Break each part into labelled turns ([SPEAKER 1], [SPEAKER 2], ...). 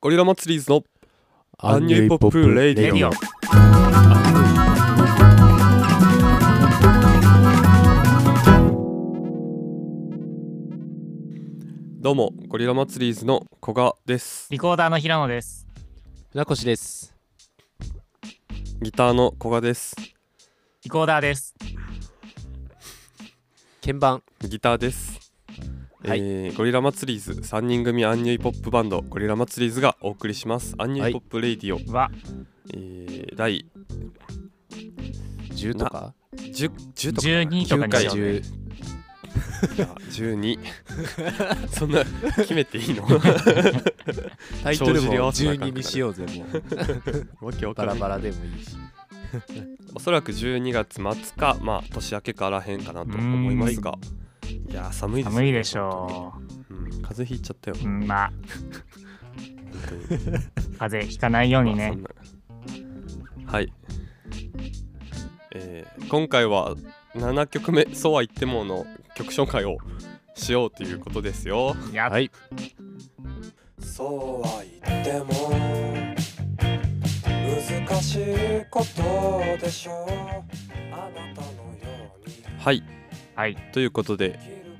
[SPEAKER 1] ゴリラ祭りーズの
[SPEAKER 2] ア
[SPEAKER 1] ア
[SPEAKER 2] ン
[SPEAKER 1] ン
[SPEAKER 2] ニ
[SPEAKER 1] ニュ
[SPEAKER 2] ュイ
[SPEAKER 1] イ
[SPEAKER 2] ポ
[SPEAKER 1] ポ
[SPEAKER 2] ッ
[SPEAKER 1] ッ
[SPEAKER 2] プ
[SPEAKER 1] プ
[SPEAKER 2] レ
[SPEAKER 1] レ
[SPEAKER 2] デ
[SPEAKER 1] デ
[SPEAKER 2] ィ
[SPEAKER 1] ィ
[SPEAKER 2] オ
[SPEAKER 1] オどうもゴリラ祭りーズの古賀です
[SPEAKER 3] リコーダーの平野です。
[SPEAKER 2] 船越です
[SPEAKER 1] ギターの古賀です
[SPEAKER 3] リコーダーです。
[SPEAKER 2] 鍵盤
[SPEAKER 1] ギターです、
[SPEAKER 2] はい
[SPEAKER 1] えーゴリラ祭りーズ3人組アンニュイポップバンドゴリラ祭りーズがお送りしますアンニュイポップレディオ、
[SPEAKER 3] は、
[SPEAKER 1] えー第
[SPEAKER 2] 10とか
[SPEAKER 1] 10, 10とか
[SPEAKER 3] 12とかに
[SPEAKER 1] 回
[SPEAKER 3] しよう、
[SPEAKER 2] 10
[SPEAKER 3] ね。
[SPEAKER 1] 12そんな決めていいの
[SPEAKER 2] タイト
[SPEAKER 1] 帳
[SPEAKER 2] ル
[SPEAKER 1] 尻合
[SPEAKER 2] も
[SPEAKER 1] わせなあかんから
[SPEAKER 2] 12にしようぜもう
[SPEAKER 1] わけわ
[SPEAKER 2] バ
[SPEAKER 1] から
[SPEAKER 2] ラ
[SPEAKER 1] ん
[SPEAKER 2] バラでもいいし
[SPEAKER 1] おそらく12月末か、まあ、年明けからへんかなと思いますが、いやー、寒いですね
[SPEAKER 3] 寒いでしょ
[SPEAKER 1] う、うん。風邪ひいちゃったよ
[SPEAKER 3] う。う。ん、まあ、
[SPEAKER 1] 本当に
[SPEAKER 3] 風邪ひかないようにね。
[SPEAKER 1] まあそんなはい、えー今回は7曲目、そうは言ってもの曲紹介をしようということですよ。
[SPEAKER 3] やっ、
[SPEAKER 2] はい
[SPEAKER 1] そうは言っても難しいことでしょう。あなたのように。はい、
[SPEAKER 3] はい。
[SPEAKER 1] ということで、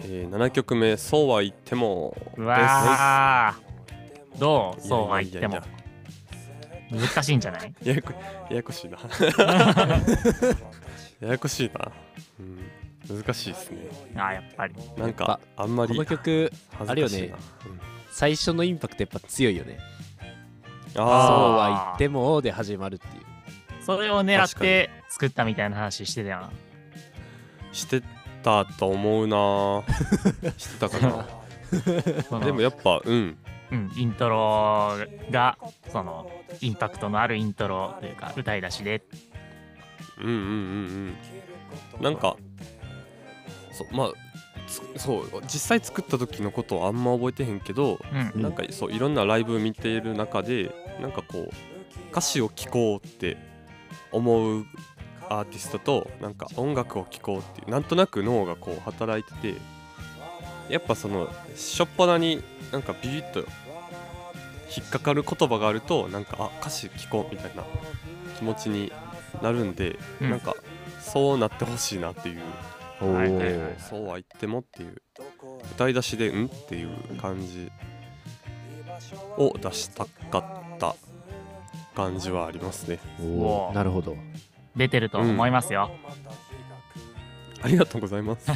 [SPEAKER 1] えー、7曲目「そうは言っても」です
[SPEAKER 3] うわー。どう
[SPEAKER 1] いやいやいやいや
[SPEAKER 3] そうは言っても。難しいんじゃない
[SPEAKER 1] ややこややこしいな ややこしいな、うん、難しいですね
[SPEAKER 3] あやっぱり。
[SPEAKER 1] なんかあんま
[SPEAKER 2] こ
[SPEAKER 1] り
[SPEAKER 2] の曲
[SPEAKER 1] 恥ず
[SPEAKER 2] あれよ
[SPEAKER 1] かしい
[SPEAKER 2] ね
[SPEAKER 1] な
[SPEAKER 2] 最初のインパクトやっぱ強いよね
[SPEAKER 1] うん
[SPEAKER 2] そう
[SPEAKER 1] あ
[SPEAKER 3] あー
[SPEAKER 2] は言ってもで始まるっていう
[SPEAKER 3] それを狙っ
[SPEAKER 1] 確かに
[SPEAKER 3] て作ったみたいな話してたよな。
[SPEAKER 1] あしてたと思うな してたか
[SPEAKER 3] そ
[SPEAKER 1] な
[SPEAKER 3] の
[SPEAKER 1] でも、やっぱうん
[SPEAKER 3] うん、イントロが、その、インパクトのあるイントロというか、歌い出しで。
[SPEAKER 1] うんうんうんうんなんかそうまあつそう実際作った時のことはあんま覚えてへんけど
[SPEAKER 3] うん。
[SPEAKER 1] なんかそういろんなライブ見ている中でなんかこう歌詞を聴こうって思うアーティストとなんか音楽を聴こうっていうなんとなく脳がこう働いててやっぱそのしょっぱなになんかビビッと引っかかる言葉があるとなんかあ歌詞聴こうみたいな気持ちになるんで、
[SPEAKER 3] うん
[SPEAKER 1] なんかそうなってほしいなっていう
[SPEAKER 2] おお
[SPEAKER 3] はいはいはい
[SPEAKER 2] ー
[SPEAKER 1] そうは言ってもっていう歌い出しで「ん?」っていう感じを出したかった感じはありますね
[SPEAKER 2] お
[SPEAKER 3] お
[SPEAKER 2] ー
[SPEAKER 3] ー
[SPEAKER 2] なるほど
[SPEAKER 3] 出てると思いますよ。
[SPEAKER 1] ありがとうございます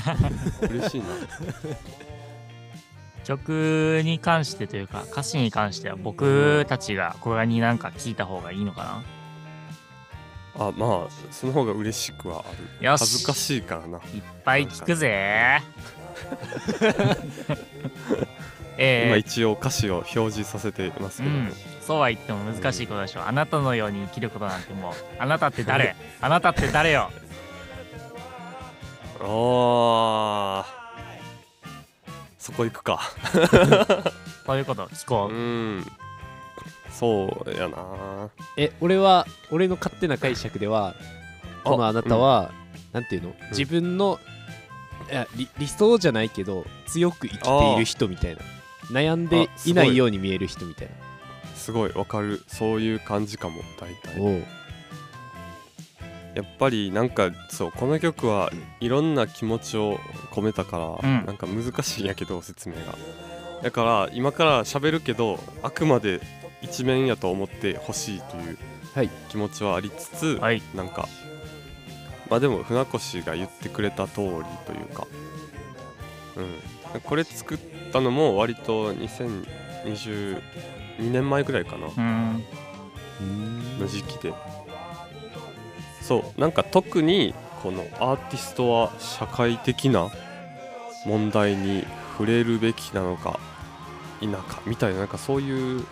[SPEAKER 1] 嬉しいな
[SPEAKER 3] 曲に関してというか歌詞に関しては僕たちがこれになんか聞いた方がいいのか
[SPEAKER 1] あまあその方が嬉しくはある
[SPEAKER 3] よし
[SPEAKER 1] 恥ずかしいからない
[SPEAKER 3] っぱい聞くぜ
[SPEAKER 1] 今
[SPEAKER 3] ええ
[SPEAKER 1] 一応歌詞を表示させてます
[SPEAKER 3] う
[SPEAKER 1] けど、
[SPEAKER 3] ん、そうは言っても難しいことでしょうあなたのように生きることなんてもうあなたっ て誰あなたって誰よ
[SPEAKER 1] ああそこ行くか
[SPEAKER 3] そういうこと聞こ
[SPEAKER 1] う
[SPEAKER 3] うん
[SPEAKER 1] そうやな
[SPEAKER 2] え俺は俺の勝手な解釈ではこのあなたは、なんていうの、自分のいや理理想じゃないけど強く生きている人みたいな悩んでいな
[SPEAKER 1] あすご
[SPEAKER 2] い
[SPEAKER 1] い
[SPEAKER 2] ように見える人みたいな
[SPEAKER 1] すごいわかるそういう感じかも大体
[SPEAKER 2] おう
[SPEAKER 1] やっぱりなんかそうこの曲はいろんな気持ちを込めたから、
[SPEAKER 3] うん
[SPEAKER 1] なんか難しいんやけど説明がだから今から喋るけどあくまで一面やと思ってほしいという
[SPEAKER 2] はい
[SPEAKER 1] 気持ちはありつつ、
[SPEAKER 3] はい
[SPEAKER 1] なんかまあでも船越が言ってくれた通りというか、うん、これ作ったのも割と2022年前ぐらいかな
[SPEAKER 3] うん
[SPEAKER 2] うーん
[SPEAKER 1] の時期でそうなんか特にこのアーティストは社会的な問題に触れるべきなのか否かみたいななんかそういう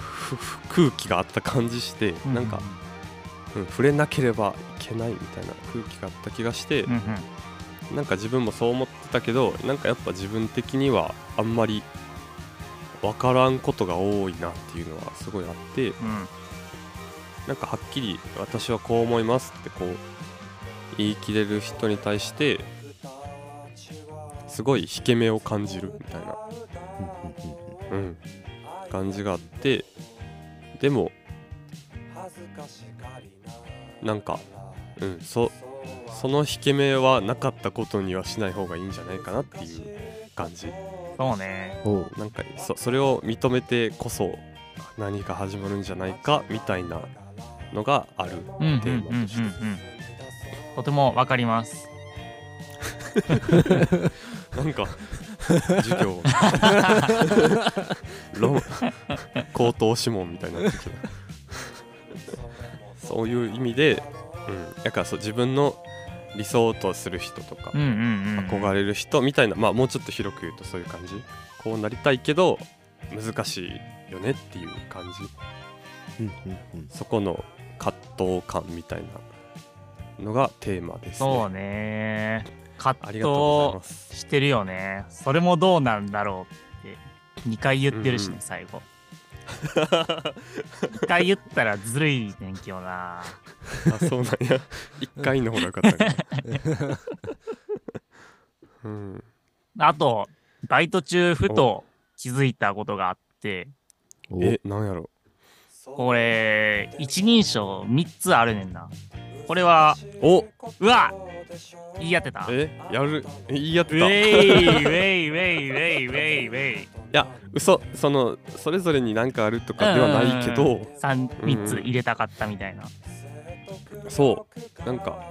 [SPEAKER 1] ふふ空気があった感じして、なんか、うん、触れなければいけないみたいな空気があった気がして
[SPEAKER 3] うん、うん
[SPEAKER 1] なんか自分もそう思ってたけどなんかやっぱ自分的にはあんまり分からんことが多いなっていうのはすごいあって、
[SPEAKER 3] うん
[SPEAKER 1] なんかはっきり「私はこう思います」ってこう言い切れる人に対してすごい引け目を感じるみたいな、うん、感じがあってでもなんかうんそその引け目はなかったことにはしない方がいいんじゃないかなっていう感じ
[SPEAKER 3] そうね。
[SPEAKER 2] おう
[SPEAKER 1] なんかそそれを認めてこそ何か始まるんじゃないかみたいなのがある
[SPEAKER 3] うんうん
[SPEAKER 1] テー
[SPEAKER 3] うんう
[SPEAKER 1] マ
[SPEAKER 3] んうん
[SPEAKER 1] として。。
[SPEAKER 3] とてもわかります。
[SPEAKER 1] なんか授業論口頭諮問みたいになってきたそういう意味で、うん、だからそう自分の理想とする人とか
[SPEAKER 3] うんうんうん。
[SPEAKER 1] 憧れる人みたいな、まあ、もうちょっと広く言うとそういう感じこうなりたいけど難しいよねっていう感じ
[SPEAKER 2] うんうんうん
[SPEAKER 1] そこの葛藤感みたいなのがテーマです、ね、
[SPEAKER 3] そうね。
[SPEAKER 1] あ
[SPEAKER 3] 葛
[SPEAKER 1] り
[SPEAKER 3] 藤
[SPEAKER 1] がとうございます
[SPEAKER 3] してるよね。それもどうなんだろうって2回言ってるしね、
[SPEAKER 1] うん
[SPEAKER 3] 最後。1回言ったらずるいねんけどな。
[SPEAKER 1] あそうなんや一回の方が良かったからうん
[SPEAKER 3] あと、バイト中、ふと気づいたことがあって、
[SPEAKER 2] おう
[SPEAKER 1] えなんやろ
[SPEAKER 3] これ、一人称3つあるねんな。これは、
[SPEAKER 1] お
[SPEAKER 3] うわ言い当てた。ウェ
[SPEAKER 1] えやるえ言い合っ
[SPEAKER 3] イ
[SPEAKER 1] て
[SPEAKER 3] ウ
[SPEAKER 1] た、い
[SPEAKER 3] ェイウェイウェイウェイウェイ。
[SPEAKER 1] や嘘そのそれぞれになんかあるとかではないけど、
[SPEAKER 3] 3, 3つ入れたかったみたいな。
[SPEAKER 1] そうなんか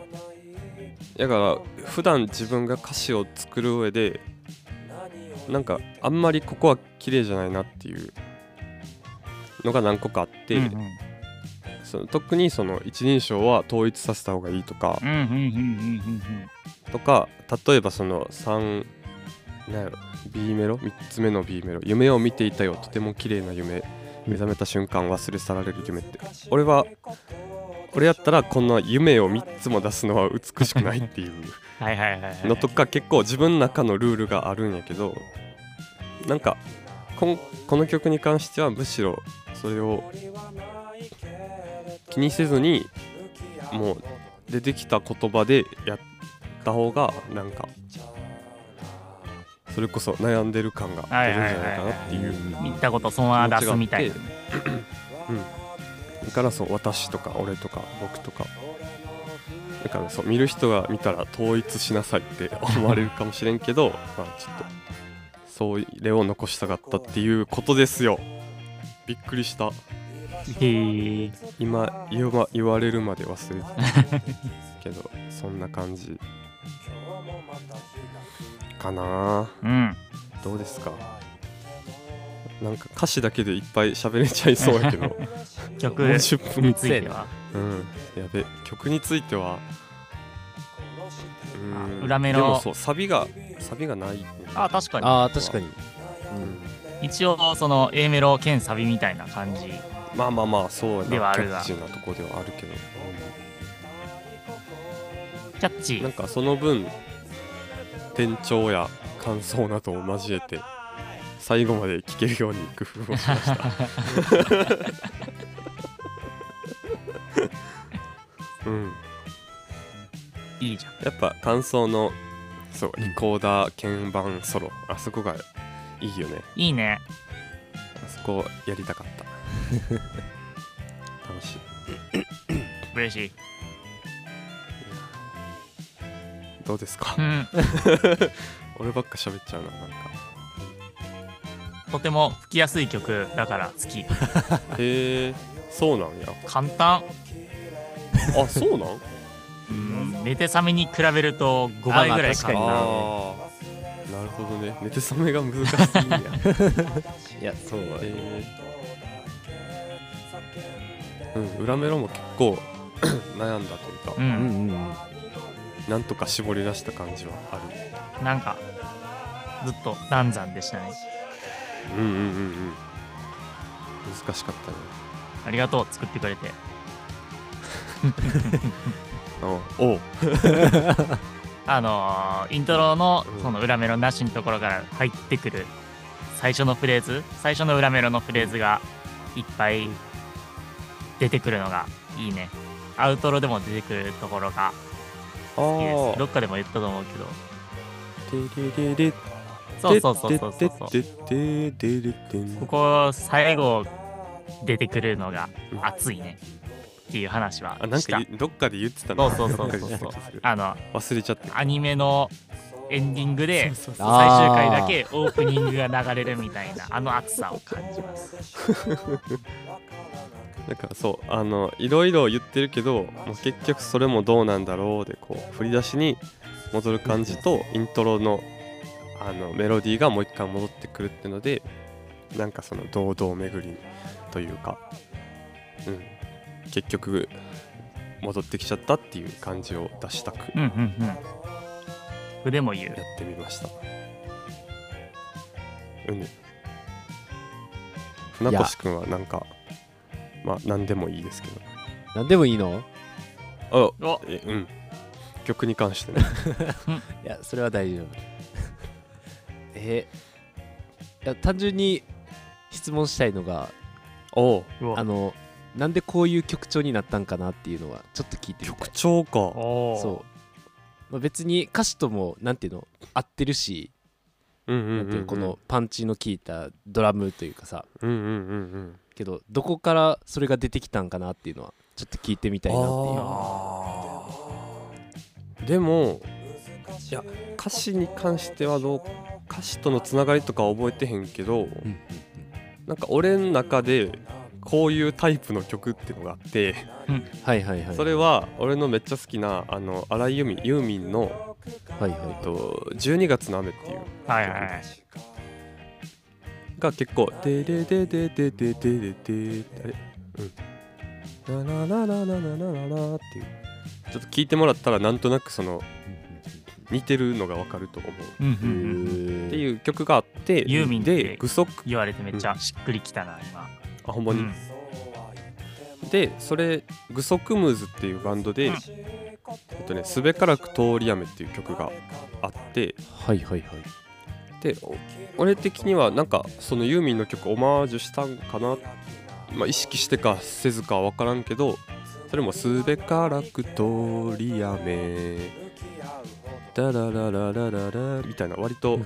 [SPEAKER 1] だから普段自分が歌詞を作る上でなんかあんまりここは綺麗じゃないなっていうのが何個かあって、
[SPEAKER 3] うんうん
[SPEAKER 1] その特にその一人称は統一させた方がいいとか
[SPEAKER 3] うんうんうんうんうん
[SPEAKER 1] とか例えばその3なんやろ B メロ3つ目の B メロ夢を見ていたよとても綺麗な夢目覚めた瞬間忘れ去られる夢って俺は俺やったらこんな夢を3つも出すのは美しくないっていう
[SPEAKER 3] うん。はいはいはいはい。
[SPEAKER 1] のとか結構自分の中のルールがあるんやけどなんかこんこの曲に関してはむしろそれを気にせずにもう出てきた言葉でやった方がなんかそれこそ悩んでる感が出るんじゃないかなっていう、
[SPEAKER 3] 言ったことそのまま出すみたいな。
[SPEAKER 1] だからそう私とか俺とか僕とかだからそう見る人が見たら統一しなさいって思われるかもしれんけ どまあちょっとそうれを残したかったっていうことですよびっくりした
[SPEAKER 3] へえ。
[SPEAKER 1] 今言わ言われるまで忘 れてたけどそんな感じかな
[SPEAKER 3] うん。
[SPEAKER 1] どうですかなんか歌詞だけでいっぱい喋れちゃいそう やけど
[SPEAKER 3] 曲につ
[SPEAKER 1] 40分
[SPEAKER 3] いては、
[SPEAKER 1] うん、やべ曲についてはうん
[SPEAKER 3] あ裏目の
[SPEAKER 1] でもそうサビがサビがない、
[SPEAKER 3] あ確かに。
[SPEAKER 2] ああ確かに
[SPEAKER 1] うん、
[SPEAKER 3] 一応その A メロ兼サビみたいな感じ。
[SPEAKER 1] まあまあまあそうやな
[SPEAKER 3] ではあ
[SPEAKER 1] キ
[SPEAKER 3] る
[SPEAKER 1] ャ
[SPEAKER 3] が
[SPEAKER 1] ッチーなとこではあるけど、
[SPEAKER 3] キャッチ
[SPEAKER 1] うんなん
[SPEAKER 3] ー。
[SPEAKER 1] かその分転調や感想などを交えて最後まで聴けるように工夫をしました うん
[SPEAKER 3] いいじゃん。
[SPEAKER 1] やっぱ感想のそうリコーダー鍵盤ソロあそこがいいよね
[SPEAKER 3] いいね。
[SPEAKER 1] あそこやりたかった 楽しい
[SPEAKER 3] 嬉しい。
[SPEAKER 1] どうですか
[SPEAKER 3] うん。
[SPEAKER 1] 俺ばっか喋っちゃうななんか
[SPEAKER 3] とても吹きやすい曲だから好き。
[SPEAKER 1] へえそうなんや
[SPEAKER 3] 簡単。
[SPEAKER 1] あそうなん
[SPEAKER 3] うん。寝て覚めに比べると5倍ぐらい簡
[SPEAKER 2] あま
[SPEAKER 3] 単。
[SPEAKER 1] あーなるほどね寝て覚めが難しいんやへ
[SPEAKER 2] いやそうだね
[SPEAKER 1] えうん裏メロも結構悩んだというか
[SPEAKER 3] う。
[SPEAKER 2] うんんうん
[SPEAKER 1] なんとか絞り出した感じはある
[SPEAKER 3] なんかずっと難産でしたね。
[SPEAKER 1] うんうんうんうん難しかったね
[SPEAKER 3] ありがとう作ってくれて。
[SPEAKER 1] おう
[SPEAKER 3] あのーイントロの
[SPEAKER 1] うん
[SPEAKER 3] その裏メロなしのところから入ってくる最初のフレーズ最初の裏メロのフレーズがいっぱい出てくるのがいいねアウトロでも出てくるところ
[SPEAKER 1] あ
[SPEAKER 3] がいいです
[SPEAKER 1] ー
[SPEAKER 3] どっかでも言ったと思うけど
[SPEAKER 1] テレレレ
[SPEAKER 3] そうそうそうそうそうそう
[SPEAKER 1] でででででで
[SPEAKER 3] ここ最後出てくるのが熱いねっていう話は
[SPEAKER 1] あなん
[SPEAKER 3] した
[SPEAKER 1] かいどっかで言ってたな
[SPEAKER 3] そうそうそうそうそう
[SPEAKER 1] どっかで言ってた気がする
[SPEAKER 3] あの
[SPEAKER 1] 忘れちゃった
[SPEAKER 3] アニメのエンディングで
[SPEAKER 1] そうそうそう
[SPEAKER 3] 最終回
[SPEAKER 2] あー
[SPEAKER 3] だけオープニングが流れるみたいなあの熱さを感じます
[SPEAKER 1] だからそうあのいろいろ言ってるけど、まあ、結局それもどうなんだろうでこう振り出しに戻る感じとイントロのあのメロディーがもう一回戻ってくるってのでなんかその堂々巡りというか、うん、結局戻ってきちゃったっていう感じを出したく
[SPEAKER 3] うんうんうん筆も言う
[SPEAKER 1] やってみました。うん。船越くんはなんか、まあ何でもいいですけど。
[SPEAKER 2] 何でもいいの
[SPEAKER 1] あ
[SPEAKER 3] お
[SPEAKER 1] えうん。曲に関してね。
[SPEAKER 2] いやそれは大丈夫 えーいや単純に質問したいのが
[SPEAKER 1] おう
[SPEAKER 3] うわ
[SPEAKER 2] あのなんでこういう曲調になったんかなっていうのはちょっと聞いてみた
[SPEAKER 1] 曲
[SPEAKER 2] い
[SPEAKER 1] 調か。
[SPEAKER 3] おー
[SPEAKER 2] そう、まあ、別に歌詞ともなんていうの合ってるし、
[SPEAKER 1] うんうんうん
[SPEAKER 2] なんて
[SPEAKER 1] う。
[SPEAKER 2] いうんこのパンチの効いたドラムというかさ
[SPEAKER 1] うんうんうんうん。
[SPEAKER 2] けどどこからそれが出てきたんかなっていうのはちょっと聞いてみたいなっていう
[SPEAKER 1] あーでもいや歌詞に関してはどう歌詞とのつながりとかは覚えてへんけど、
[SPEAKER 2] ん
[SPEAKER 1] なんか俺の中でこういうタイプの曲っていうのがあって、
[SPEAKER 2] はいはいはい
[SPEAKER 1] それは俺のめっちゃ好きなあの荒井由実ユーミンの、
[SPEAKER 2] はいはい
[SPEAKER 1] え
[SPEAKER 2] は
[SPEAKER 1] っ
[SPEAKER 2] い
[SPEAKER 1] と「12月の雨」っていう
[SPEAKER 3] はいはいはい
[SPEAKER 1] が結構「ででででででででで」あれうん「ななななななななな」っていうちょっと聞いてもらったらなんとなくその似てるのがわかると思うっ
[SPEAKER 3] うんうんうん
[SPEAKER 2] ってう
[SPEAKER 1] いう曲があって
[SPEAKER 3] ユーミンって
[SPEAKER 1] で具足
[SPEAKER 3] 言われてめっちゃしっくりきたな今
[SPEAKER 1] あほんまに、
[SPEAKER 3] うん
[SPEAKER 1] でそれグソクムーズっていうバンドで、
[SPEAKER 3] うん
[SPEAKER 1] えっとね「すべからく通り雨」っていう曲があって
[SPEAKER 2] はいはいはい
[SPEAKER 1] でお俺的にはなんかそのユーミンの曲オマージュしたんかな、まあ、意識してかせずかは分からんけどそれも「すべからく通り雨」ダララララララみたいな割と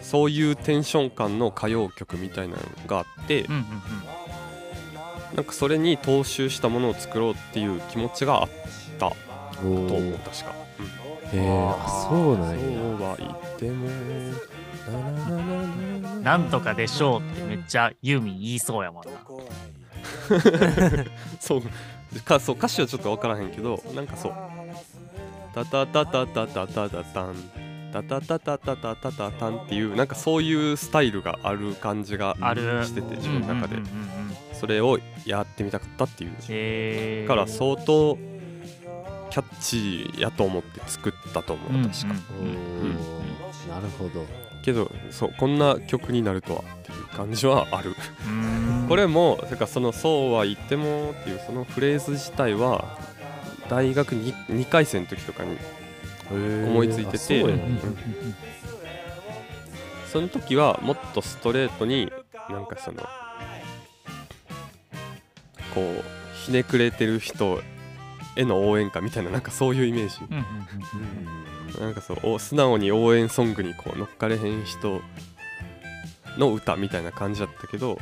[SPEAKER 1] そういうテンション感の歌謡曲みたいなのがあって
[SPEAKER 3] うんうん
[SPEAKER 1] なんかそれに踏襲したものを作ろうっていう気持ちがあった
[SPEAKER 2] お
[SPEAKER 1] と思う
[SPEAKER 2] ー
[SPEAKER 1] 確か。
[SPEAKER 2] えー、あそ
[SPEAKER 1] そ
[SPEAKER 2] うなんや
[SPEAKER 1] うは言ってもラララララ
[SPEAKER 3] うんなんとかでしょうってめっちゃユーミン言いそうやもんな
[SPEAKER 1] そうかそう歌詞はちょっと分からへんけどなんかそう「タタタタタタタタタン」「タタタタタタタタタン」っていうなんかそういうスタイルがある感じが
[SPEAKER 3] ある
[SPEAKER 1] してて自分の中で
[SPEAKER 3] うんうんうんうんうん
[SPEAKER 1] それをやってみたかったっていう
[SPEAKER 3] え
[SPEAKER 1] だ
[SPEAKER 3] ー
[SPEAKER 1] から相当キャッチーやと思って作ったと思う、
[SPEAKER 3] うんうん
[SPEAKER 1] 確か
[SPEAKER 2] お
[SPEAKER 3] うん
[SPEAKER 2] ーなるほど
[SPEAKER 1] けどそうこんな曲になるとはっていう感じはある
[SPEAKER 3] うん
[SPEAKER 1] これもそれからその「そうは言っても」っていうそのフレーズ自体は大学 2, 2回生の時とかに思
[SPEAKER 2] 思
[SPEAKER 1] いついてて
[SPEAKER 2] そうや
[SPEAKER 3] うんうん
[SPEAKER 2] ね
[SPEAKER 3] うん
[SPEAKER 1] その時はもっとストレートになんかそのこうひねくれてる人への応援歌みたいななんかそういうイメージ
[SPEAKER 3] うんうんうんうん
[SPEAKER 1] なんかそうお素直に応援ソングにこう乗っかれへん人の歌みたいな感じだったけど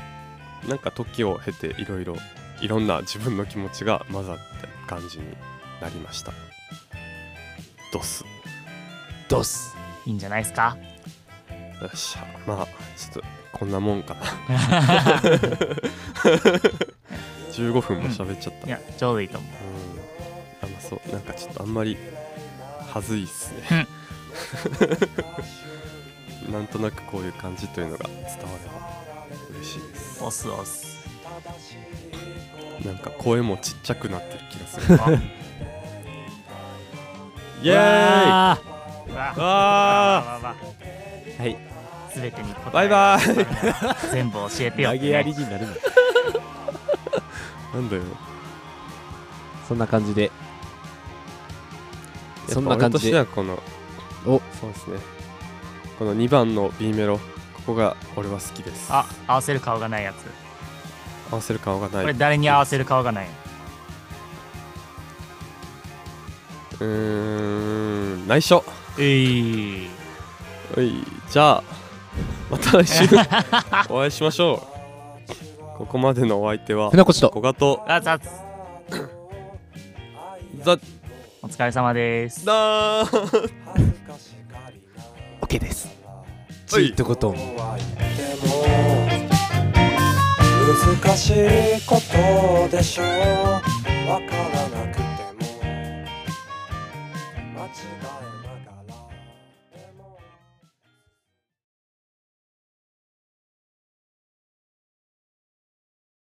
[SPEAKER 1] なんか時を経ていろいろいろんな自分の気持ちが混ざった感じになりましたドス
[SPEAKER 2] ドス
[SPEAKER 3] いいんじゃないですか
[SPEAKER 1] よっしゃまあちょっとこんなもんかな15分も喋っちゃった、
[SPEAKER 3] いやちょうどいいと思う
[SPEAKER 1] うんあまあそうなんかちょっとあんまりはずいっすね なんとなくこういう感じというのが伝われば嬉しいです
[SPEAKER 3] 押す押す
[SPEAKER 1] なんか声もちっちゃくなってる気がする
[SPEAKER 3] あ
[SPEAKER 1] イエーイ
[SPEAKER 2] わ
[SPEAKER 3] う
[SPEAKER 1] わ
[SPEAKER 3] わわわわ
[SPEAKER 2] ーはい
[SPEAKER 3] すべてに答え
[SPEAKER 1] バイバイ
[SPEAKER 3] 全部教えてよっ
[SPEAKER 2] 投
[SPEAKER 3] てね
[SPEAKER 2] げやりになるの
[SPEAKER 1] なんだよ
[SPEAKER 2] そんな感じでそんな
[SPEAKER 1] やっ
[SPEAKER 2] 感
[SPEAKER 1] ぱ俺とし
[SPEAKER 2] じ
[SPEAKER 1] て
[SPEAKER 2] で
[SPEAKER 1] はこの
[SPEAKER 2] お
[SPEAKER 1] そうですねこの2番の B メロここが俺は好きです
[SPEAKER 3] あ合わせる顔がないやつ
[SPEAKER 1] 合わせる顔がない
[SPEAKER 3] これ誰に合わせる顔がないの
[SPEAKER 1] うーん内緒
[SPEAKER 3] えい
[SPEAKER 1] はいじゃあまた来 週お会いしましょうここまでのお相手は
[SPEAKER 2] 船越と
[SPEAKER 1] 古賀と
[SPEAKER 3] あざっ
[SPEAKER 1] ザ・
[SPEAKER 3] お疲れ様です。
[SPEAKER 1] ダーン
[SPEAKER 2] OK です
[SPEAKER 1] はい
[SPEAKER 2] ちいっとことん
[SPEAKER 4] 難しいことでしょうわからなくても間違えながら